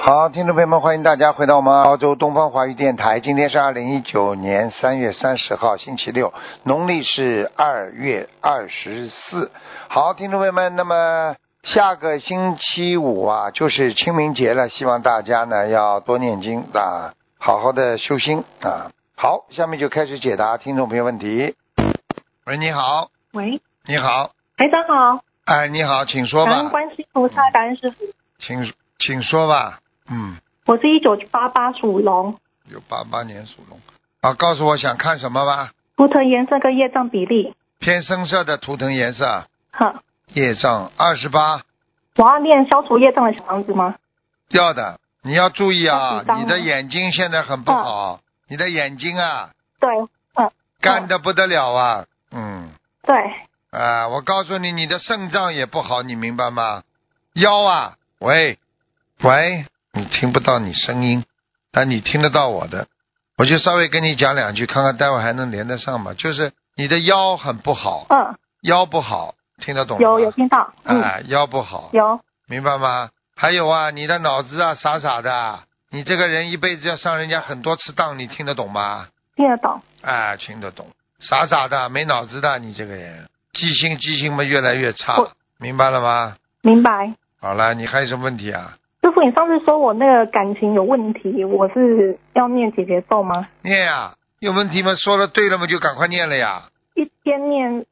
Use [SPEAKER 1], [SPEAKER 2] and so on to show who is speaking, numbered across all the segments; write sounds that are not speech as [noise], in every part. [SPEAKER 1] 好，听众朋友们，欢迎大家回到我们澳洲东方华语电台。今天是二零一九年三月三十号，星期六，农历是二月二十四。好，听众朋友们，那么下个星期五啊，就是清明节了，希望大家呢要多念经啊，好好的修心啊。好，下面就开始解答听众朋友问题。喂，你好，
[SPEAKER 2] 喂，
[SPEAKER 1] 你好，
[SPEAKER 2] 台长好，
[SPEAKER 1] 哎，你好，请说
[SPEAKER 2] 感恩
[SPEAKER 1] 吧，
[SPEAKER 2] 观世音菩萨，感恩师傅。
[SPEAKER 1] 请请说吧，嗯。
[SPEAKER 2] 我是一九八八属龙，
[SPEAKER 1] 有八八年属龙啊，告诉我想看什么吧？
[SPEAKER 2] 图腾颜色跟业障比例。
[SPEAKER 1] 偏深色的图腾颜色，
[SPEAKER 2] 呵，
[SPEAKER 1] 业障二十八
[SPEAKER 2] 我要念消除业障的小房子吗？
[SPEAKER 1] 要的，你要注意
[SPEAKER 2] 要
[SPEAKER 1] 啊
[SPEAKER 2] 几，张
[SPEAKER 1] 你
[SPEAKER 2] 呢
[SPEAKER 1] 的眼睛现在很不好，你的眼睛啊
[SPEAKER 2] 对，嗯，
[SPEAKER 1] 干的不得了啊，嗯
[SPEAKER 2] 对，
[SPEAKER 1] 啊，我告诉你，你的肾脏也不好，你明白吗？腰啊，喂喂，你听不到你声音，但你听得到我的，我就稍微跟你讲两句，看看待会还能连得上吗？就是你的腰很不好，
[SPEAKER 2] 嗯，
[SPEAKER 1] 腰不好，听得懂吗？
[SPEAKER 2] 有有听到，嗯，
[SPEAKER 1] 哎，腰不好，
[SPEAKER 2] 有，
[SPEAKER 1] 明白吗？还有啊，你的脑子啊，傻傻的啊，你这个人一辈子要上人家很多次当，你听得懂吗？
[SPEAKER 2] 听得懂，
[SPEAKER 1] 哎，听得懂，傻傻的，啊没脑子的，你这个人，记性记性嘛越来越差
[SPEAKER 2] 我，
[SPEAKER 1] 明白了吗？
[SPEAKER 2] 明白。
[SPEAKER 1] 好了，你还有什么问题啊？
[SPEAKER 2] 师傅，你上次说我那个感情有问题，我是要念姐姐咒吗？
[SPEAKER 1] 念呀、有问题吗？说了对了嘛，就赶快念了呀，
[SPEAKER 2] 一天念，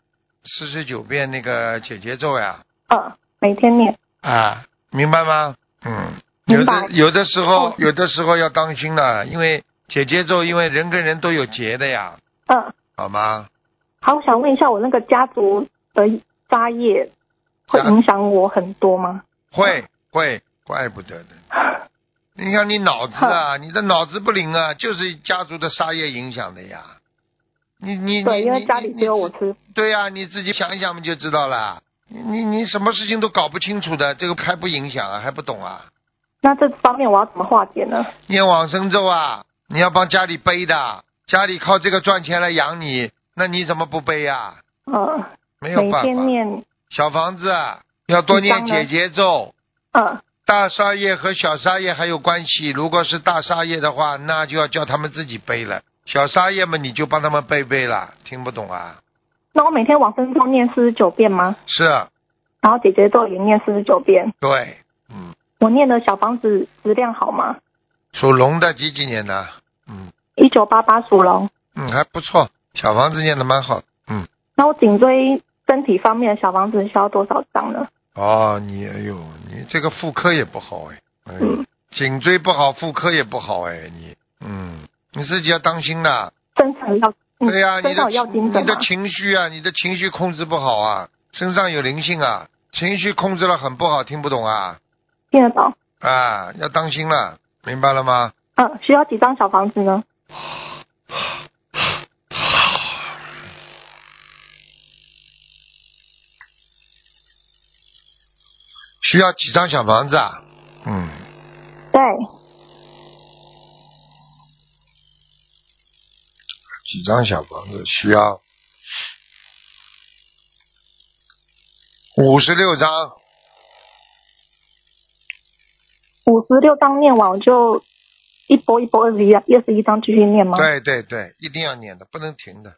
[SPEAKER 1] 四十九遍那个解结咒呀，
[SPEAKER 2] 呃，每天念，
[SPEAKER 1] 啊，明白吗？嗯，有
[SPEAKER 2] 明白
[SPEAKER 1] 的有的时候
[SPEAKER 2] 哦
[SPEAKER 1] 有的时候要当心了，因为解结咒，因为人跟人都有结的呀，
[SPEAKER 2] 嗯、
[SPEAKER 1] 好吗？
[SPEAKER 2] 好，我想问一下，我那个家族的杀业会
[SPEAKER 1] 家
[SPEAKER 2] 影响我很多吗？嗯
[SPEAKER 1] 会会，怪不得的。你看你脑子啊，你的脑子不灵啊，就是家族的杀业影响的呀。你你
[SPEAKER 2] 对，
[SPEAKER 1] 你
[SPEAKER 2] 因为
[SPEAKER 1] 你
[SPEAKER 2] 家里
[SPEAKER 1] 你
[SPEAKER 2] 只有
[SPEAKER 1] 你
[SPEAKER 2] 我吃，
[SPEAKER 1] 对呀、你自己想一想嘛就知道了。你你你什么事情都搞不清楚的，这个还不影响啊，还不懂啊？
[SPEAKER 2] 那这方面我要怎么化解呢？
[SPEAKER 1] 念往生咒啊，你要帮家里背的，家里靠这个赚钱来养你，那你怎么不背呀、
[SPEAKER 2] 呃，
[SPEAKER 1] 没有
[SPEAKER 2] 每
[SPEAKER 1] 办
[SPEAKER 2] 天
[SPEAKER 1] 法。
[SPEAKER 2] 念，
[SPEAKER 1] 小房子啊，要多念
[SPEAKER 2] 几张
[SPEAKER 1] 解
[SPEAKER 2] 呢
[SPEAKER 1] 结咒。
[SPEAKER 2] 呃，
[SPEAKER 1] 大沙业和小沙业还有关系，如果是大沙业的话，那就要叫他们自己背了。小沙业嘛，你就帮他们背背了。听不懂啊？
[SPEAKER 2] 那我每天往生咒念四十九遍吗？
[SPEAKER 1] 是啊，
[SPEAKER 2] 然后姐姐咒也念四十九遍。
[SPEAKER 1] 对，嗯，
[SPEAKER 2] 我念的小房子质量好吗？
[SPEAKER 1] 属龙的几几年的？嗯
[SPEAKER 2] 一九八八属龙。
[SPEAKER 1] 嗯，还不错，小房子念的蛮好。嗯，
[SPEAKER 2] 那我颈椎身体方面的小房子需要多少张呢？
[SPEAKER 1] 哦，你哎呦，你这个妇科也不好哎，哎呦
[SPEAKER 2] 嗯，
[SPEAKER 1] 颈椎不好，妇科也不好哎，你嗯，你自己要当心的。
[SPEAKER 2] 身上要，嗯
[SPEAKER 1] 对呀、你
[SPEAKER 2] 身上
[SPEAKER 1] 的
[SPEAKER 2] 有要精
[SPEAKER 1] 你
[SPEAKER 2] 神
[SPEAKER 1] 的
[SPEAKER 2] 吗？
[SPEAKER 1] 情绪啊，你的情绪控制不好啊，身上有灵性啊，情绪控制了很不好，听不懂啊
[SPEAKER 2] 听得懂。
[SPEAKER 1] 啊，要当心了，明白了吗？
[SPEAKER 2] 嗯、需要几张小房子呢？
[SPEAKER 1] 需要几张小房子啊？嗯，
[SPEAKER 2] 对，
[SPEAKER 1] 几张小房子需要五十六张，
[SPEAKER 2] 五十六张念完我就一波一波二十一二十一张继续念吗？，
[SPEAKER 1] 对对对，一定要念的，不能停的。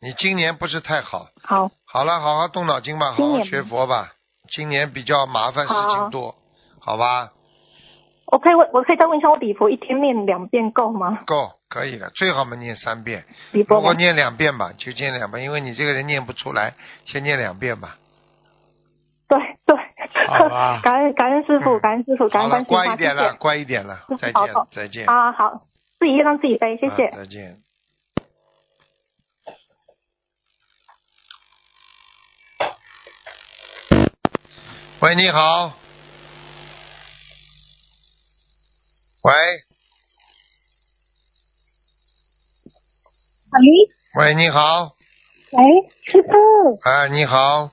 [SPEAKER 1] 你今年不是太好，
[SPEAKER 2] 好，
[SPEAKER 1] 好了，好好动脑筋吧，好
[SPEAKER 2] 今
[SPEAKER 1] 好
[SPEAKER 2] 年
[SPEAKER 1] 学佛吧。今年比较麻烦，事情
[SPEAKER 2] 好
[SPEAKER 1] 多，好吧？
[SPEAKER 2] 我可以问，我可以再问一下，我礼佛一天念两遍够吗？
[SPEAKER 1] 够，可以了，最好嘛念三遍，
[SPEAKER 2] 礼佛
[SPEAKER 1] 如果
[SPEAKER 2] 吗？
[SPEAKER 1] 念两遍吧，就念两遍，因为你这个人念不出来，先念两遍吧。
[SPEAKER 2] 对对
[SPEAKER 1] 好吧，
[SPEAKER 2] [laughs] 感恩感恩师傅，
[SPEAKER 1] 嗯
[SPEAKER 2] 感恩师傅，感
[SPEAKER 1] 好
[SPEAKER 2] 恩
[SPEAKER 1] 了，
[SPEAKER 2] 观
[SPEAKER 1] 乖
[SPEAKER 2] 世音
[SPEAKER 1] 一
[SPEAKER 2] 菩
[SPEAKER 1] 点
[SPEAKER 2] 萨
[SPEAKER 1] 了，，乖一点了，再
[SPEAKER 2] 好
[SPEAKER 1] 见
[SPEAKER 2] 好，
[SPEAKER 1] 再见，
[SPEAKER 2] 谢谢啊，好，自己让自己背，谢谢。
[SPEAKER 1] 啊再见。喂，你好。喂，
[SPEAKER 3] 喂
[SPEAKER 1] 喂，你好，
[SPEAKER 3] 喂，师傅
[SPEAKER 1] 啊，你好，
[SPEAKER 3] 啊，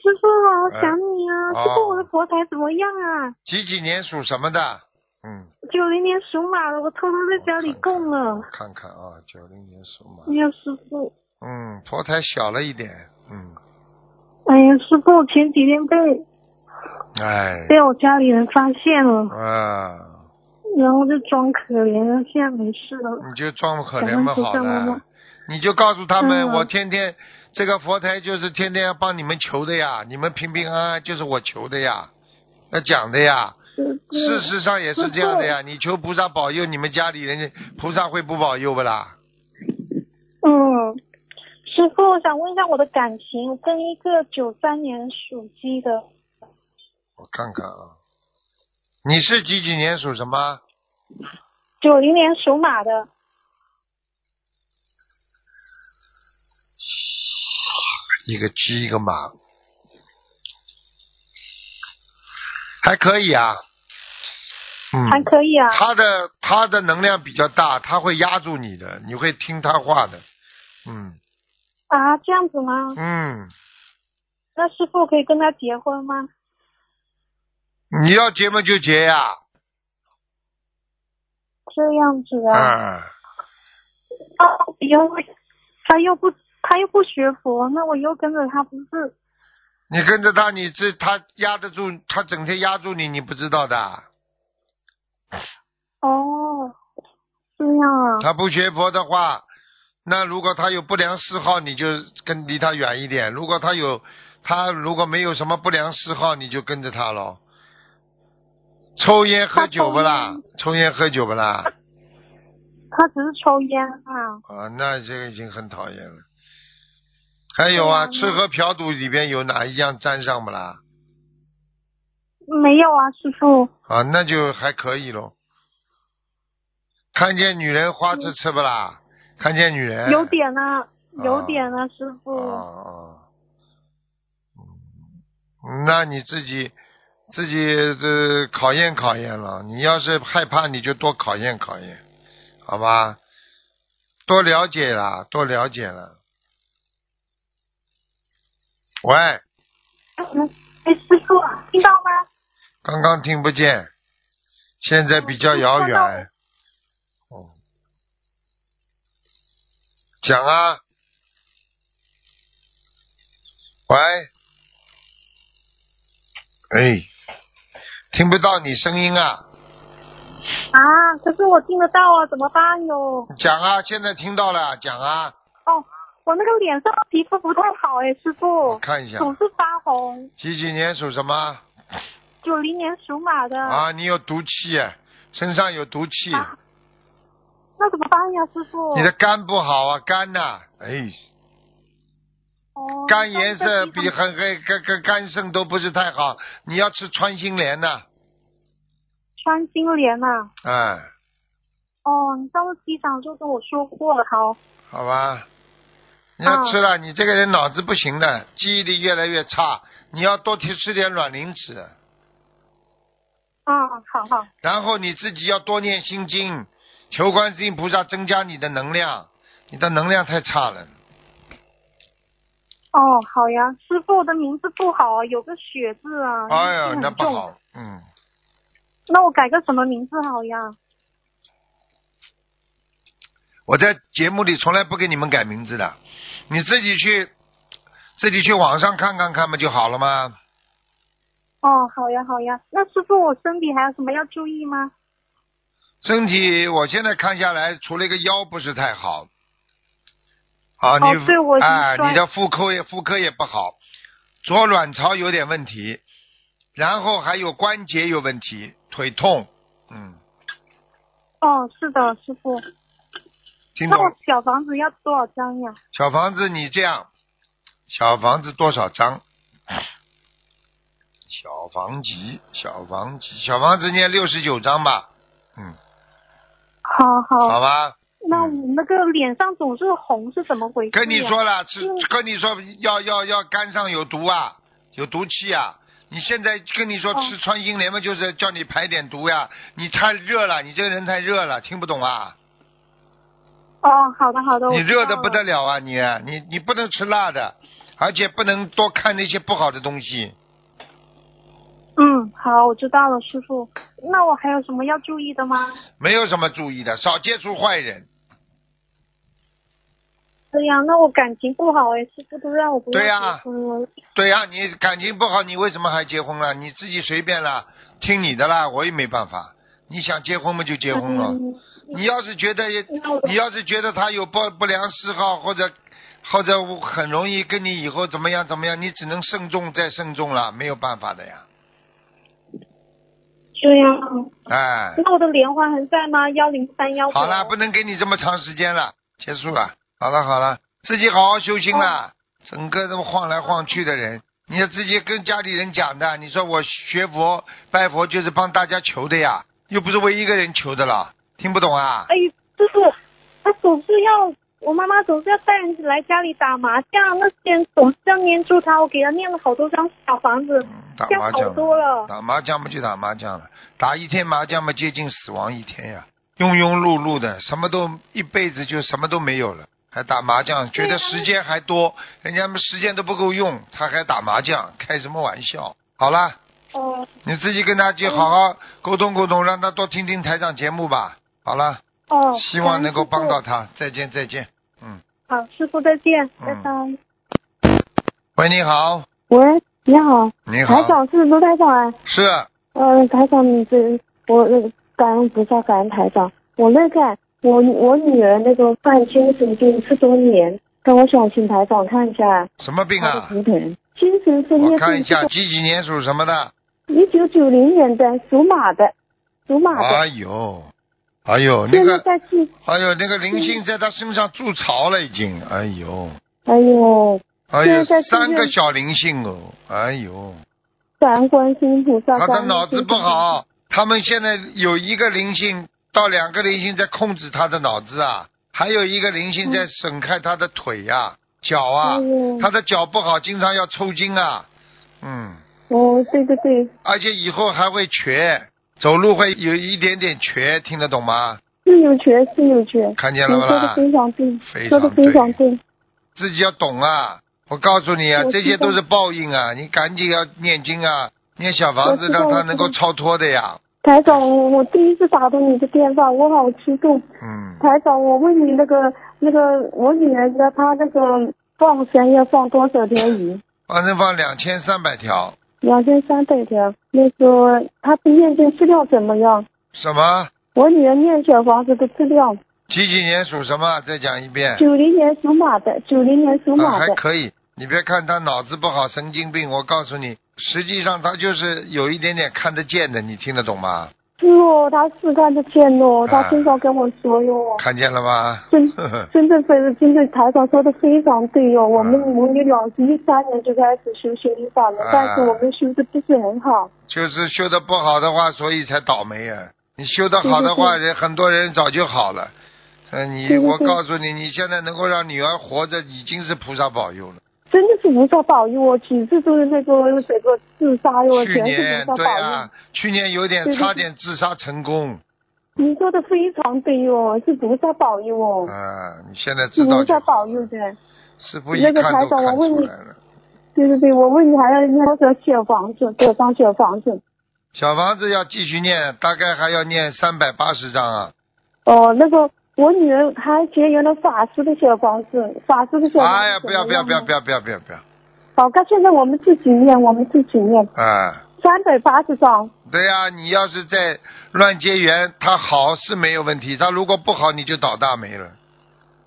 [SPEAKER 3] 师傅，好
[SPEAKER 1] 哎
[SPEAKER 3] 想你啊！
[SPEAKER 1] 哦
[SPEAKER 3] 师傅，我的佛台怎么样啊？
[SPEAKER 1] 几几年属什么的？嗯，
[SPEAKER 3] 九零年属马的，我偷偷在家里供了
[SPEAKER 1] 我。看看啊，九零年属马，
[SPEAKER 3] 哎呀，师傅，
[SPEAKER 1] 嗯，佛台小了一点，嗯，
[SPEAKER 3] 哎呀，师傅，前几天被
[SPEAKER 1] 哎，
[SPEAKER 3] 被我家里人发现了，
[SPEAKER 1] 啊，
[SPEAKER 3] 然后就装可怜，现在没事了。
[SPEAKER 1] 你就装可怜嘛，
[SPEAKER 3] 咱们是
[SPEAKER 1] 好
[SPEAKER 3] 这么
[SPEAKER 1] 了
[SPEAKER 3] 弄，
[SPEAKER 1] 你就告诉他们，
[SPEAKER 3] 嗯
[SPEAKER 1] 我天天这个佛台就是天天要帮你们求的呀，你们平平安安就是我求的呀，要讲的呀。
[SPEAKER 3] 是
[SPEAKER 1] 事实上也是这样的呀，
[SPEAKER 3] 嗯
[SPEAKER 1] 你求菩萨保佑你们家里人，家菩萨会不保佑不啦？
[SPEAKER 3] 嗯，师傅，我想问一下我的感情，我跟一个九三年属鸡的，
[SPEAKER 1] 我看看啊，你是几几年属什么？
[SPEAKER 3] 九零年属马的，
[SPEAKER 1] 一个鸡一个马，还可以啊。嗯，
[SPEAKER 3] 还可以啊。
[SPEAKER 1] 他的他的能量比较大，他会压住你的，你会听他话的。嗯
[SPEAKER 3] 啊，这样子吗？
[SPEAKER 1] 嗯，
[SPEAKER 3] 那师傅可以跟他结婚吗？
[SPEAKER 1] 你要结嘛就结呀、
[SPEAKER 3] 这样子
[SPEAKER 1] 啊，
[SPEAKER 3] 啊。啊，因为他又不，他又不学佛，那我又跟着他，不是？
[SPEAKER 1] 你跟着他，你这他压得住，他整天压住你，你不知道的。
[SPEAKER 3] 哦，这样啊。
[SPEAKER 1] 他不学佛的话，那如果他有不良嗜好，你就跟离他远一点；如果他有他如果没有什么不良嗜好，你就跟着他咯。抽烟喝酒不啦
[SPEAKER 3] 他抽？
[SPEAKER 1] 抽烟喝酒不啦？
[SPEAKER 3] 他只是抽烟啊。
[SPEAKER 1] 啊，那这个已经很讨厌了。还有啊，
[SPEAKER 3] 对啊
[SPEAKER 1] 吃喝嫖赌里边有哪一样沾上不啦？
[SPEAKER 3] 没有啊，师傅。
[SPEAKER 1] 啊，那就还可以咯。看见女人花痴吃不啦？看见女人
[SPEAKER 3] 有点啊，有点啊，师傅。
[SPEAKER 1] 哎哦哦，那你自己自己这考验考验了。你要是害怕，你就多考验考验，好吧？多了解啦，多了解了。喂，
[SPEAKER 3] 嗯哎，师傅听到吗？
[SPEAKER 1] 刚刚听不见，现在比较遥
[SPEAKER 3] 我嗯看
[SPEAKER 1] 远。哦，讲啊。喂，哎，听不到你声音啊！
[SPEAKER 3] 啊，可是我听得到啊，怎么办哟？
[SPEAKER 1] 讲啊，现在听到了，讲啊，
[SPEAKER 3] 哦，我那个脸上皮肤不太好哎，师
[SPEAKER 1] 我
[SPEAKER 3] 傅，
[SPEAKER 1] 看一下，
[SPEAKER 3] 总是发红。
[SPEAKER 1] 几几年属什么？
[SPEAKER 3] 九零年属马的。
[SPEAKER 1] 啊，你有毒气，身上有毒气，
[SPEAKER 3] 嗯啊哦那怎么办呀，师傅？
[SPEAKER 1] 你的肝不好啊，肝呐、哎，
[SPEAKER 3] 哦
[SPEAKER 1] 肝颜色
[SPEAKER 3] 那这
[SPEAKER 1] 比
[SPEAKER 3] 地方
[SPEAKER 1] 很很肝肝肝肾都不是太好，你要吃穿心莲呐、
[SPEAKER 3] 穿心莲呐、
[SPEAKER 1] 哎，
[SPEAKER 3] 哦，你上次机长就跟我说过了，好。
[SPEAKER 1] 好吧，你要
[SPEAKER 3] 嗯
[SPEAKER 1] 吃了，你这个人脑子不行的，记忆力越来越差，你要多去吃点卵磷脂，
[SPEAKER 3] 啊、好好。
[SPEAKER 1] 然后你自己要多念心经，求观世音菩萨增加你的能量，你的能量太差了，
[SPEAKER 3] 哦，好呀，师傅我的名字不好啊，有个雪字啊。
[SPEAKER 1] 哎呀
[SPEAKER 3] 名，字
[SPEAKER 1] 那
[SPEAKER 3] 很
[SPEAKER 1] 不
[SPEAKER 3] 重。
[SPEAKER 1] 好，嗯，
[SPEAKER 3] 那我改个什么名字好呀？
[SPEAKER 1] 我在节目里从来不给你们改名字的，你自己去自己去网上看看看不就好了吗？
[SPEAKER 3] 哦，好呀，好呀。那师傅，我身体还有什么要注意吗？
[SPEAKER 1] 身体我现在看下来，除了一个腰不是太好，啊，
[SPEAKER 3] 哦
[SPEAKER 1] 你
[SPEAKER 3] 对我已经
[SPEAKER 1] 哎，
[SPEAKER 3] 摔
[SPEAKER 1] 你的妇科也妇科也不好，左卵巢有点问题，然后还有关节有问题，腿痛，嗯，
[SPEAKER 3] 哦，是的，师傅。
[SPEAKER 1] 听
[SPEAKER 3] 那我
[SPEAKER 1] 懂？
[SPEAKER 3] 小房子要多少张呀？
[SPEAKER 1] 小房子你这样，小房子多少张？ [coughs] 小房子，小房子，小房子念六十九张吧，嗯，
[SPEAKER 3] 好好。
[SPEAKER 1] 好吧。
[SPEAKER 3] 那我那个脸上总是红，是怎么回事、呀
[SPEAKER 1] 跟你说了，吃
[SPEAKER 3] 嗯
[SPEAKER 1] 跟你说要要要肝上有毒啊，有毒气啊！你现在跟你说
[SPEAKER 3] 哦
[SPEAKER 1] 吃穿心莲嘛，就是叫你排点毒呀、你太热了，你这个人太热了，听不懂啊！
[SPEAKER 3] 哦，好的好的。
[SPEAKER 1] 你
[SPEAKER 3] 我知道
[SPEAKER 1] 热的不得
[SPEAKER 3] 了。
[SPEAKER 1] 了啊！你你你不能吃辣的，而且不能多看那些不好的东西。
[SPEAKER 3] 嗯，好，我知道了，师傅。那我还有什么要注意的吗？
[SPEAKER 1] 没有什么注意的，少接触坏人。
[SPEAKER 4] 这样，那我感情不好哎，师傅都让我不要
[SPEAKER 1] 对呀
[SPEAKER 4] 结婚了。
[SPEAKER 1] 对呀、你感情不好，你为什么还结婚了？你自己随便啦，听你的啦，我也没办法。你想结婚嘛就结婚了。
[SPEAKER 4] 嗯
[SPEAKER 1] 你要是觉得
[SPEAKER 4] 那我
[SPEAKER 1] 你要是觉得他有不不良嗜好，或者或者很容易跟你以后怎么样怎么样，你只能慎重再慎重了，没有办法的呀。
[SPEAKER 4] 对呀、
[SPEAKER 1] 哎，
[SPEAKER 3] 嗯
[SPEAKER 4] 那我的莲花还在吗？幺零三幺。
[SPEAKER 1] [laughs] 好了，不能给你这么长时间了，结束了。好了好了，自己好好修心啦。整个这么晃来晃去的人，你要自己跟家里人讲的。你说我学佛拜佛就是帮大家求的呀，又不是为一个人求的了，听不懂啊？
[SPEAKER 4] 哎，就是他总是要我妈妈总是要带人来家里打麻将，那些人总是要黏住他，我给他念了好多张小房子，
[SPEAKER 1] 打
[SPEAKER 4] 这
[SPEAKER 1] 麻
[SPEAKER 4] 样
[SPEAKER 1] 将
[SPEAKER 4] 好多了。
[SPEAKER 1] 打麻将嘛就打麻将了，打一天麻将嘛接近死亡一天呀，庸庸碌碌的，什么都一辈子就什么都没有了，还打麻将，觉得时间还多，人家们时间都不够用，他还打麻将，开什么玩笑？好啦，
[SPEAKER 4] 哦
[SPEAKER 1] 你自己跟他去好好沟通沟通，让他多听听台长节目吧。好了，
[SPEAKER 4] 哦，
[SPEAKER 1] 希望能够帮到
[SPEAKER 4] 感恩师
[SPEAKER 1] 他。再见，再见。嗯，
[SPEAKER 4] 父。好，师傅再见，
[SPEAKER 1] 嗯
[SPEAKER 4] 拜拜。
[SPEAKER 1] 喂，你好，
[SPEAKER 3] 喂，你好，
[SPEAKER 1] 你
[SPEAKER 3] 台
[SPEAKER 1] 好，
[SPEAKER 3] 长是卢台长
[SPEAKER 4] 啊
[SPEAKER 3] 哎，
[SPEAKER 1] 是，
[SPEAKER 3] 呃，台长你这我呃感恩菩萨，感恩台长。我那个我我女儿那个犯精神病这多年，但我想请台长看一下
[SPEAKER 1] 什么病
[SPEAKER 3] 她的
[SPEAKER 1] 啊？
[SPEAKER 3] 图腾，精神分
[SPEAKER 1] 我
[SPEAKER 3] 裂
[SPEAKER 1] 看一
[SPEAKER 3] 病
[SPEAKER 1] 下几几年属什么的。
[SPEAKER 3] 一九九零年的属马的，属马的，
[SPEAKER 1] 哎呦，哎呦，那
[SPEAKER 3] 现在
[SPEAKER 1] 个，
[SPEAKER 3] 在去，
[SPEAKER 1] 哎呦，那个灵性在他身上筑巢了，已经。哎呦，
[SPEAKER 3] 哎呦，
[SPEAKER 1] 哎呦，
[SPEAKER 3] 现在在
[SPEAKER 1] 三个
[SPEAKER 3] 医院
[SPEAKER 1] 小灵性哦，哎呦，
[SPEAKER 3] 感恩观世音菩萨，
[SPEAKER 1] 他
[SPEAKER 3] 感
[SPEAKER 1] 的
[SPEAKER 3] 恩
[SPEAKER 1] 脑子
[SPEAKER 3] 观世音
[SPEAKER 1] 不
[SPEAKER 3] 菩萨，
[SPEAKER 1] 好，啊他们现在有一个灵性到两个灵性在控制他的脑子啊，还有一个灵性在损害他的腿呀、脚啊
[SPEAKER 3] 哎，呦，
[SPEAKER 1] 他的脚不好，经常要抽筋啊，嗯，
[SPEAKER 3] 哦，对对对，
[SPEAKER 1] 而且以后还会瘸，走路会有一点点瘸，听得懂吗？
[SPEAKER 3] 是有权是有权，
[SPEAKER 1] 看
[SPEAKER 3] 你
[SPEAKER 1] 见了
[SPEAKER 3] 说
[SPEAKER 1] 吗？
[SPEAKER 3] 的非常对，
[SPEAKER 1] 非
[SPEAKER 3] 说
[SPEAKER 1] 常
[SPEAKER 3] 的非常对。
[SPEAKER 1] 自己要懂啊！我告诉你啊，
[SPEAKER 3] 我知
[SPEAKER 1] 这
[SPEAKER 3] 道
[SPEAKER 1] 些都是报应啊！你赶紧要念经啊，念小房子
[SPEAKER 3] 我知
[SPEAKER 1] 让他
[SPEAKER 3] 道我知道
[SPEAKER 1] 能够超脱的呀。
[SPEAKER 3] 台长，我我第一次打通你的电话，我好激动。
[SPEAKER 1] 嗯，
[SPEAKER 3] 台长，我问你那个那个我女儿的她那个放生要放多少条鱼？
[SPEAKER 1] 放生放两千三百条，
[SPEAKER 3] 两千三百条。那个她的念经质量怎么样？
[SPEAKER 1] 什么？
[SPEAKER 3] 我女儿念小房子的质量，
[SPEAKER 1] 几几年属什么？再讲一遍。
[SPEAKER 3] 九零年属马的，九零年属
[SPEAKER 1] 啊，
[SPEAKER 3] 马
[SPEAKER 1] 还
[SPEAKER 3] 的。
[SPEAKER 1] 可以。你别看他脑子不好，神经病。我告诉你，实际上他就是有一点点看得见的，你听得懂吗？
[SPEAKER 3] 是哦，她是看得见哦，她
[SPEAKER 1] 啊
[SPEAKER 3] 经常跟我说哟。
[SPEAKER 1] 看见了吗？
[SPEAKER 3] 真
[SPEAKER 1] 呵呵
[SPEAKER 3] 真的是，真的台长说的非常对哦。我们
[SPEAKER 1] 嗯
[SPEAKER 3] 母女俩一三年就开始修心理法了，但是我们修的不是很好。
[SPEAKER 1] 就是修的不好的话，所以才倒霉啊。你修的好的话，
[SPEAKER 3] 对
[SPEAKER 1] 人很多人早就好了。嗯、你
[SPEAKER 3] 对对
[SPEAKER 1] 我
[SPEAKER 3] 对
[SPEAKER 1] 告诉你，你现在能够让女儿活着，已经是菩萨保佑了。
[SPEAKER 3] 真的是菩萨保佑我，几次都是那个整个自杀哟，
[SPEAKER 1] 去
[SPEAKER 3] 全
[SPEAKER 1] 年
[SPEAKER 3] 是菩萨
[SPEAKER 1] 对
[SPEAKER 3] 保佑。
[SPEAKER 1] 啊，去年有点
[SPEAKER 3] 对对对
[SPEAKER 1] 差点自杀成功
[SPEAKER 3] 你说的非常对哦，是菩萨保佑哦，
[SPEAKER 1] 啊！你现在
[SPEAKER 3] 是
[SPEAKER 1] 知道
[SPEAKER 3] 菩
[SPEAKER 1] 就
[SPEAKER 3] 萨
[SPEAKER 1] 好
[SPEAKER 3] 保
[SPEAKER 1] 了
[SPEAKER 3] 佑的。
[SPEAKER 1] 师傅一
[SPEAKER 3] 那
[SPEAKER 1] 看
[SPEAKER 3] 个
[SPEAKER 1] 都看
[SPEAKER 3] 台长我问
[SPEAKER 1] 出
[SPEAKER 3] 你
[SPEAKER 1] 来了。
[SPEAKER 3] 对对对，我问你还要多少小房子，多少小房子？
[SPEAKER 1] 小房子要继续念，大概还要念三百八十章啊！
[SPEAKER 3] 哦，那个我女儿还结缘了法师的小房子，法师的小房子。
[SPEAKER 1] 哎呀，不要不要不要不！要不要不要不要！
[SPEAKER 3] 好，看现在我们自己念，我们自己念
[SPEAKER 1] 啊！
[SPEAKER 3] 三百八十张。
[SPEAKER 1] 对呀、你要是在乱结缘，他好是没有问题，他如果不好，你就倒大霉了，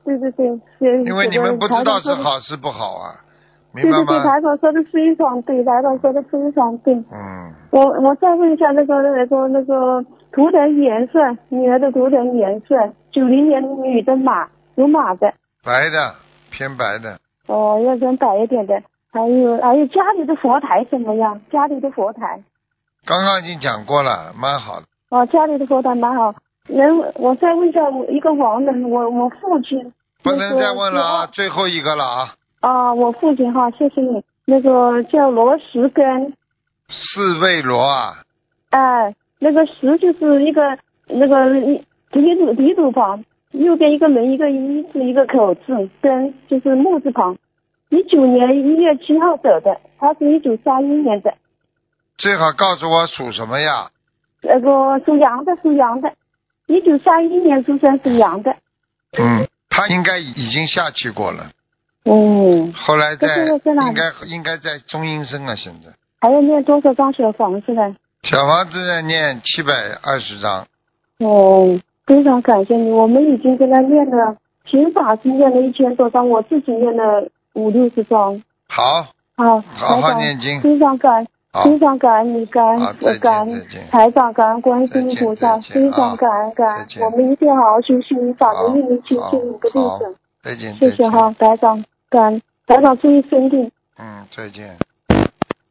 [SPEAKER 3] 对对对，是
[SPEAKER 1] 因为你们不知道是。好是不好啊，明白
[SPEAKER 3] 对对对，
[SPEAKER 1] 吗？
[SPEAKER 3] 台长说的非常对，台长说的非常对。
[SPEAKER 1] 嗯，
[SPEAKER 3] 我我再问一下那个那个那个图腾颜色，女儿的图腾颜色，九零年女的马，属马的，
[SPEAKER 1] 白的偏白的，
[SPEAKER 3] 哦，要跟白一点的，还有还有家里的佛台怎么样？家里的佛台，
[SPEAKER 1] 刚刚已经讲过了，蛮好的。
[SPEAKER 3] 哦，家里的佛台蛮好。能，我再问一下我一个亡人，我我父亲，
[SPEAKER 1] 不能再问了啊，
[SPEAKER 3] 那个
[SPEAKER 1] 最后一个了啊，
[SPEAKER 3] 啊，我父亲哈，谢谢你，那个叫罗石根，
[SPEAKER 1] 四位罗啊，
[SPEAKER 3] 哎、那个石就是一个那个一提土提土旁，右边一个人一个一字一个口字，跟就是木字旁。一九年一月七号走的，他是一九三一年的，
[SPEAKER 1] 最好告诉我属什么呀？
[SPEAKER 3] 那个属羊的，属羊的，一九三一年出生，属羊的。
[SPEAKER 1] 嗯，他应该已经下去过了，
[SPEAKER 3] 哦，
[SPEAKER 1] 后来
[SPEAKER 3] 可
[SPEAKER 1] 在
[SPEAKER 3] 是我在哪
[SPEAKER 1] 应该应该在中阴身啊，现在
[SPEAKER 3] 还要念多少张小房子呢？
[SPEAKER 1] 小房子在念七百二十章，
[SPEAKER 3] 哦，非常感谢你，我们已经跟他念了，平法是念了一千多张，我自己念了五六十张。
[SPEAKER 1] 好，好
[SPEAKER 3] 好，
[SPEAKER 1] 好
[SPEAKER 3] 台长，
[SPEAKER 1] 念经，
[SPEAKER 3] 非常感，
[SPEAKER 1] 好，
[SPEAKER 2] 嗯
[SPEAKER 3] 非常感恩你，感
[SPEAKER 1] 好
[SPEAKER 3] 恩
[SPEAKER 1] 再
[SPEAKER 3] 我
[SPEAKER 1] 见
[SPEAKER 3] 感
[SPEAKER 1] 再
[SPEAKER 3] 恩
[SPEAKER 1] 见
[SPEAKER 3] 台长，感恩观世
[SPEAKER 1] 再
[SPEAKER 3] 音
[SPEAKER 1] 见
[SPEAKER 3] 菩萨，
[SPEAKER 1] 再见
[SPEAKER 3] 非
[SPEAKER 1] 啊
[SPEAKER 3] 常感恩感
[SPEAKER 1] 再
[SPEAKER 3] 恩
[SPEAKER 1] 见。
[SPEAKER 3] 我们一定要好好修心，法门一
[SPEAKER 1] 好
[SPEAKER 3] 门清
[SPEAKER 1] 好
[SPEAKER 3] 净五个弟
[SPEAKER 1] 好
[SPEAKER 3] 子。
[SPEAKER 1] 再见，再
[SPEAKER 3] 谢谢
[SPEAKER 1] 见
[SPEAKER 3] 哈，台长，感恩台长注意身体。
[SPEAKER 1] 嗯，再见。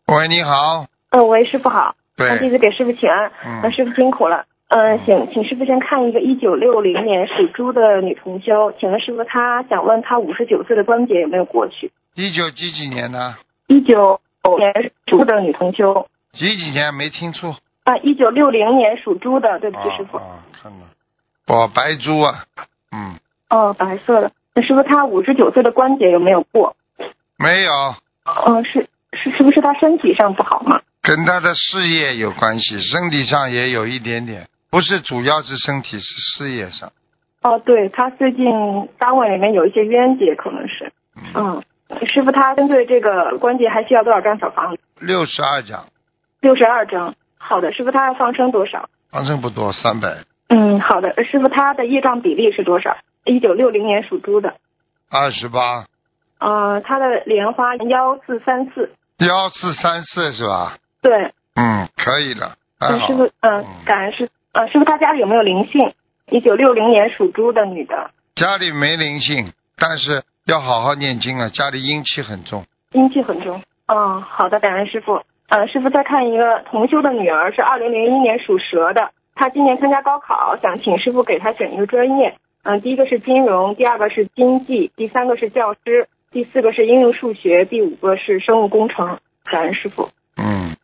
[SPEAKER 1] 喂，你好，
[SPEAKER 2] 呃，喂，师傅好，那弟
[SPEAKER 1] 对，
[SPEAKER 2] 子给师傅请安，呃，
[SPEAKER 1] 嗯，
[SPEAKER 2] 师傅辛苦了。呃，
[SPEAKER 1] 嗯
[SPEAKER 2] 请请师傅先看一个一九六零年属猪的女同修，请问师傅她想问她五十九岁的关节有没有过去？
[SPEAKER 1] 一九几几年的？
[SPEAKER 2] 一九年属猪的女同修
[SPEAKER 1] 几几年没听出？
[SPEAKER 2] 啊，一九六零年属猪的，对不
[SPEAKER 1] 啊
[SPEAKER 2] 起师傅，
[SPEAKER 1] 啊，看到，哦，白猪啊，嗯，
[SPEAKER 2] 哦，白色的。那师傅她五十九岁的关节有没有过？
[SPEAKER 1] 没有，
[SPEAKER 2] 嗯、是是是不是她身体上不好吗？
[SPEAKER 1] 跟他的事业有关系，身体上也有一点点，不是主要是身体，是事业上。
[SPEAKER 2] 哦，对，她最近单位里面有一些冤结，可能是，嗯，师傅她针对这个关节还需要多少张小房子？
[SPEAKER 1] 六十二讲，
[SPEAKER 2] 六十二张。好的，师傅，他要放生多少？
[SPEAKER 1] 反正不多，三百
[SPEAKER 2] 嗯，好的，师傅，他的业障比例是多少？一九六零年属猪的，
[SPEAKER 1] 二十八，
[SPEAKER 2] 呃，他的莲花幺四三四，
[SPEAKER 1] 幺四三四是吧？
[SPEAKER 2] 对，
[SPEAKER 1] 嗯，可以了，还
[SPEAKER 2] 嗯，
[SPEAKER 1] 好
[SPEAKER 2] 师。傅，嗯，感恩师，呃，师傅，他家里有没有灵性？一九六零年属猪的女的，
[SPEAKER 1] 家里没灵性，但是要好好念经啊，家里阴气很重。
[SPEAKER 2] 阴气很重。嗯，好的，感恩师傅。呃，师傅再看一个同修的女儿，是二零零一年属蛇的，她今年参加高考，想请师傅给她选一个专业。嗯、第一个是金融，第二个是经济，第三个是教师，第四个是应用数学，第五个是生物工程。感恩师傅。
[SPEAKER 1] 嗯，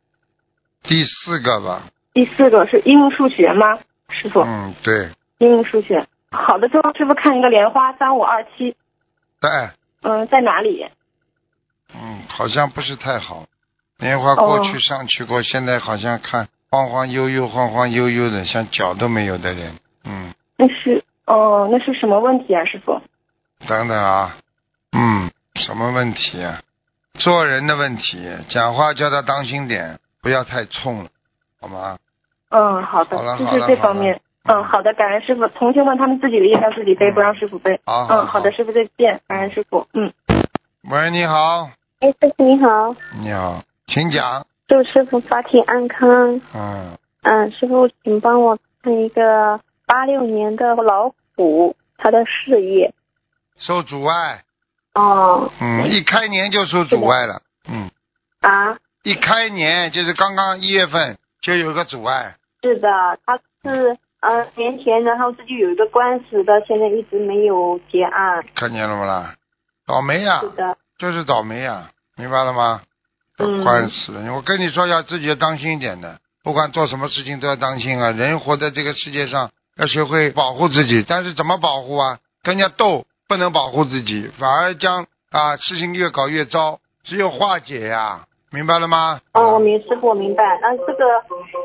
[SPEAKER 1] 第四个吧，
[SPEAKER 2] 第四个是应用数学吗？师傅，
[SPEAKER 1] 嗯，对，
[SPEAKER 2] 应用数学。好的，最后师傅看一个莲花三五二七，
[SPEAKER 1] 对，
[SPEAKER 2] 嗯，在哪里？
[SPEAKER 1] 哎嗯，好像不是太好。莲花过去
[SPEAKER 2] 哦
[SPEAKER 1] 上去过，现在好像看晃晃悠悠、晃晃悠悠的，像脚都没有的人。嗯，
[SPEAKER 2] 那是哦、那是什么问题啊，师傅？
[SPEAKER 1] 等等啊，嗯，什么问题啊？做人的问题，讲话叫他当心点，不要太冲了，好吗？
[SPEAKER 2] 嗯，好的
[SPEAKER 1] 好了，
[SPEAKER 2] 就
[SPEAKER 1] 好
[SPEAKER 2] 是
[SPEAKER 1] 了
[SPEAKER 2] 这
[SPEAKER 1] 好
[SPEAKER 2] 方
[SPEAKER 1] 了
[SPEAKER 2] 面。嗯，好的，感恩师傅。同学们，他们自己的业障自己背，不让师傅背。
[SPEAKER 1] 好好
[SPEAKER 2] 嗯，好的，师傅再见，感恩师傅。嗯，
[SPEAKER 1] 喂，你好，
[SPEAKER 5] 哎，师傅你好，
[SPEAKER 1] 你好，请讲。
[SPEAKER 5] 祝师傅法体安康。
[SPEAKER 1] 嗯，
[SPEAKER 5] 嗯，师傅，请帮我看一个八六年的老虎，他的事业。
[SPEAKER 1] 受阻碍，
[SPEAKER 5] 哦
[SPEAKER 1] 嗯，一开年就受阻碍了，嗯，
[SPEAKER 5] 啊，
[SPEAKER 1] 一开年就是刚刚一月份就有个阻碍，
[SPEAKER 5] 是的，他是呃年前，然后是就有一个官司，到现在一直没有结案。
[SPEAKER 1] 看见了不啦？倒霉呀、
[SPEAKER 5] 是的，
[SPEAKER 1] 就是倒霉呀、明白了吗？要
[SPEAKER 5] 嗯
[SPEAKER 1] 官司了，我跟你说，要自己要当心一点的，不管做什么事情都要当心啊。人活在这个世界上，要学会保护自己，但是怎么保护啊？跟人家斗不能保护自己，反而将啊事情越搞越糟，只有化解呀、明白了吗？
[SPEAKER 5] 哦，我明师傅我明白。那这个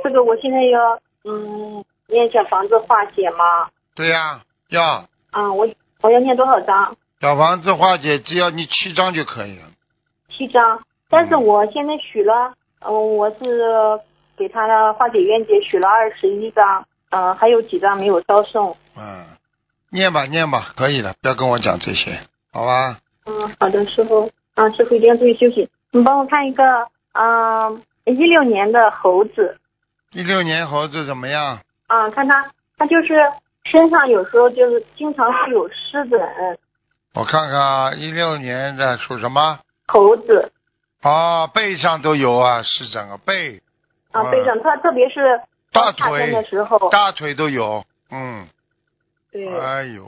[SPEAKER 5] 这个我现在要嗯念小房子化解吗？
[SPEAKER 1] 对呀、要
[SPEAKER 5] 啊、我我要念多少章？
[SPEAKER 1] 小房子化解，只要你七张就可以了。
[SPEAKER 5] 七张，但是我现在取了，嗯、我是给他的化解冤结取了二十一张，嗯、还有几张没有烧送。
[SPEAKER 1] 嗯，念吧念吧，可以了，不要跟我讲这些，好吧？
[SPEAKER 5] 嗯，好的，师傅，啊，师傅一定要注意休息。你帮我看一个，嗯、1一六年的猴子，
[SPEAKER 1] 一六年猴子怎么样？
[SPEAKER 5] 啊、看他，他就是身上有时候就是经常会有湿疹，
[SPEAKER 1] 我看看啊，一六年的属什么？
[SPEAKER 5] 猴子，
[SPEAKER 1] 啊，背上都有啊，湿疹啊，背、
[SPEAKER 5] 啊、
[SPEAKER 1] 嗯
[SPEAKER 5] 背上，他特别是
[SPEAKER 1] 大
[SPEAKER 5] 夏天的
[SPEAKER 1] 腿、
[SPEAKER 5] 时候，
[SPEAKER 1] 大腿都有。嗯，
[SPEAKER 5] 对，啊
[SPEAKER 1] 哎呦，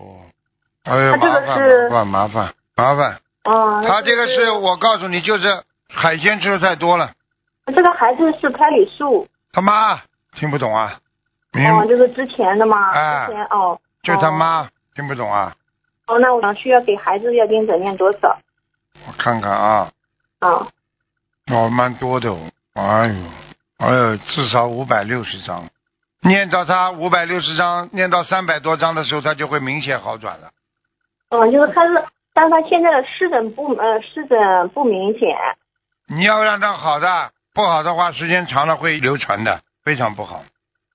[SPEAKER 1] 哎呦，
[SPEAKER 5] 他这
[SPEAKER 1] 麻
[SPEAKER 5] 个是
[SPEAKER 1] 烦麻烦麻烦麻烦。
[SPEAKER 5] 啊、
[SPEAKER 1] 他这个是
[SPEAKER 5] 是，
[SPEAKER 1] 我告诉你，就是海鲜吃的太多了，
[SPEAKER 5] 这个孩子是胎里素，
[SPEAKER 1] 他妈听不懂啊，明、
[SPEAKER 5] 哦，就是之前的嘛，
[SPEAKER 1] 哎
[SPEAKER 5] 之前哦，
[SPEAKER 1] 就他妈、听不懂啊。
[SPEAKER 5] 哦，那我需要给孩子要盯着念多少
[SPEAKER 1] 我看看啊，
[SPEAKER 5] 啊？
[SPEAKER 1] 哦，蛮多的、哦，哎呦，哎呦，至少五百六十张，念到他五百六十张，念到三百多张的时候，他就会明显好转了。
[SPEAKER 5] 嗯，就是他是，但是他现在的湿疹不呃湿疹不明显，
[SPEAKER 1] 你要让它好的，不好的话，时间长了会流传的，非常不好。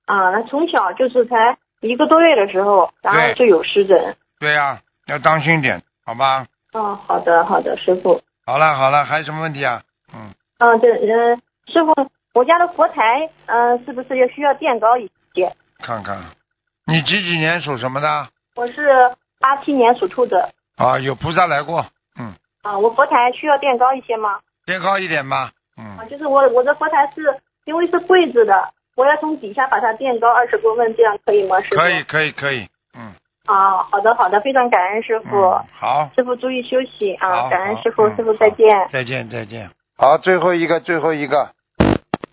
[SPEAKER 5] 啊，那从小就是才一个多月的时候，然
[SPEAKER 1] 对
[SPEAKER 5] 后就有湿疹。
[SPEAKER 1] 对呀、要当心点，好吧？
[SPEAKER 5] 嗯，好的好的，师傅。
[SPEAKER 1] 好了好了，还有什么问题啊？嗯，
[SPEAKER 5] 嗯，对，嗯、师傅，我家的佛台，嗯、是不是也需要垫高一些？
[SPEAKER 1] 看看，你几几年属什么的？
[SPEAKER 5] 我是八七年属兔的，
[SPEAKER 1] 啊，有菩萨来过，嗯，
[SPEAKER 5] 啊、我佛台需要垫高一些吗？
[SPEAKER 1] 垫高一点吧，嗯
[SPEAKER 5] 啊，，就是我我的佛台是因为是柜子的，我要从底下把它垫高二十公分，这样可以吗，师傅？
[SPEAKER 1] 可以。可以可以，嗯，
[SPEAKER 5] 啊，好的好的，非常感恩师傅，
[SPEAKER 1] 嗯好，
[SPEAKER 5] 师傅注意休息
[SPEAKER 1] 好
[SPEAKER 5] 啊，感
[SPEAKER 1] 好
[SPEAKER 5] 恩师傅，
[SPEAKER 1] 嗯
[SPEAKER 5] 师傅再见。
[SPEAKER 1] 再见再见。好，最后一个最后一个，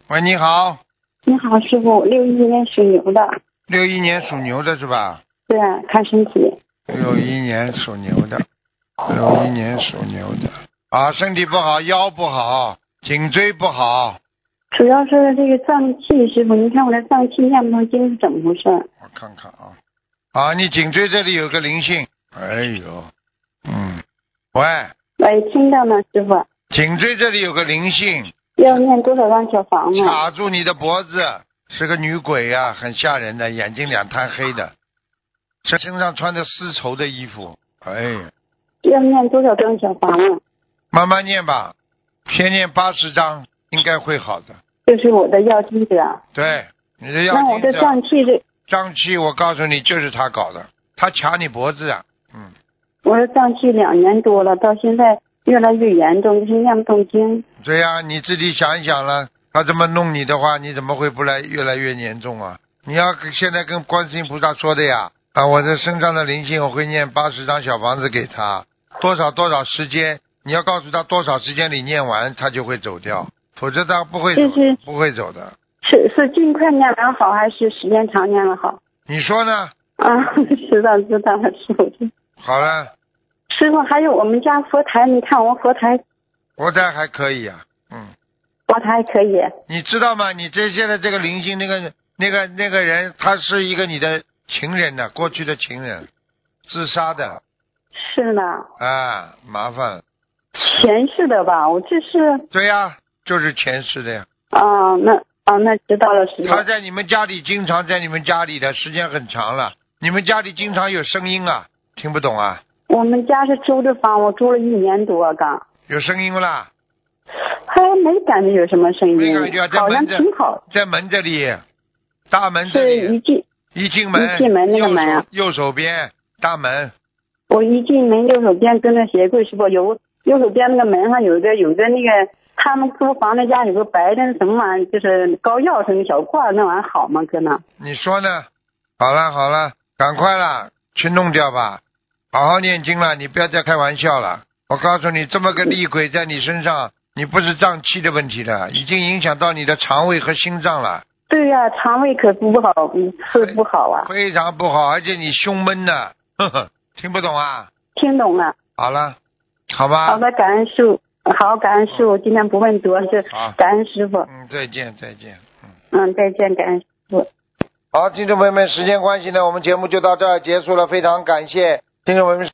[SPEAKER 1] 喂，你好，
[SPEAKER 6] 你好，师傅，六一年属牛的，
[SPEAKER 1] 六一年属牛的是吧？
[SPEAKER 6] 对，看身体，
[SPEAKER 1] 六一年属牛的，六一年属牛的啊，身体不好，腰不好，颈椎不好，
[SPEAKER 6] 主要是这个脏器，师傅，您看我这脏器念不通经是怎么回事？
[SPEAKER 1] 我看看啊，啊，你颈椎这里有个灵性，哎呦，嗯，喂，
[SPEAKER 6] 哎，听到吗，师傅？
[SPEAKER 1] 颈椎这里有个灵性，
[SPEAKER 6] 要念多少张小房子？
[SPEAKER 1] 卡住你的脖子，是个女鬼呀、很吓人的，眼睛两滩黑的，身身上穿着丝绸的衣服，哎呀，
[SPEAKER 6] 要念多少张小房子？
[SPEAKER 1] 慢慢念吧，先念八十章，应该会好的。
[SPEAKER 6] 这是我的要经者。
[SPEAKER 1] 对，你的要
[SPEAKER 6] 那我
[SPEAKER 1] 经
[SPEAKER 6] 这
[SPEAKER 1] 者
[SPEAKER 6] 脏器这，
[SPEAKER 1] 胀气，我告诉你，就是他搞的，他卡你脖子啊，嗯，
[SPEAKER 6] 我这脏器两年多了，到现在越来越严重，就是念不动经。
[SPEAKER 1] 对呀、你自己想一想了，他这么弄你的话，你怎么会不来越来越严重啊？你要跟现在跟观世音菩萨说的呀，啊，我这身上的灵性，我会念八十张小房子给他，多少多少时间，你要告诉他多少时间里念完，他就会走掉，否则他不会走
[SPEAKER 6] 就是，
[SPEAKER 1] 不会走的。
[SPEAKER 6] 是是尽快念完好，还是时间长念了好？
[SPEAKER 1] 你说呢？
[SPEAKER 6] 啊， [laughs] 知道知道，师傅。
[SPEAKER 1] 好了，
[SPEAKER 6] 师傅，还有我们家佛台，你看我佛台
[SPEAKER 1] 佛台还可以呀、嗯。
[SPEAKER 6] 佛台可以。
[SPEAKER 1] 你知道吗？你这现在这个灵性那个那个那个人，他是一个你的情人呢、过去的情人，自杀的
[SPEAKER 6] 是呢，
[SPEAKER 1] 啊，麻烦了。
[SPEAKER 6] 前世的吧，我这是
[SPEAKER 1] 对呀、就是前世的呀。
[SPEAKER 6] 啊、那啊、那知道了，师傅
[SPEAKER 1] 他在你们家里经常在你们家里的时间很长了，你们家里经常有声音啊，听不懂啊？
[SPEAKER 6] 我们家是租的房，我租了一年多刚，
[SPEAKER 1] 有声音不啦？
[SPEAKER 6] 还没感觉有什么声
[SPEAKER 1] 没
[SPEAKER 6] 音
[SPEAKER 1] 感觉啊，在
[SPEAKER 6] 好像
[SPEAKER 1] 门这
[SPEAKER 6] 挺好，
[SPEAKER 1] 在门这里，大门这
[SPEAKER 6] 是一
[SPEAKER 1] 里，
[SPEAKER 6] 进
[SPEAKER 1] 一进门，
[SPEAKER 6] 一进门那个门啊
[SPEAKER 1] 右手右手边大门，
[SPEAKER 6] 我一进门右手边跟着鞋柜，师傅有右手边那个门上有一个有一个那个他们租房那家有个白的什么玩意儿，就是膏药什么小块儿那玩意儿好吗？哥呢？
[SPEAKER 1] 你说呢？好了好了，赶快啦，去弄掉吧，好好念经了，你不要再开玩笑了。我告诉你，这么个厉鬼在你身上，你不是胀气的问题了，已经影响到你的肠胃和心脏了，
[SPEAKER 6] 对呀、肠胃可不好，嗯吃不好啊。
[SPEAKER 1] 非常不好，而且你胸闷呢，呵呵， [laughs] 听不懂啊？
[SPEAKER 6] 听懂了。
[SPEAKER 1] 好了，好吧，
[SPEAKER 6] 好的，感恩师傅，好，感恩师傅，今天不问多，是
[SPEAKER 1] 好
[SPEAKER 6] 感恩师傅，
[SPEAKER 1] 嗯，再见再见。
[SPEAKER 6] 嗯，再见，感恩师傅。
[SPEAKER 1] 好，听众朋友们，时间关系呢，我们节目就到这儿结束了，非常感谢听众朋友们。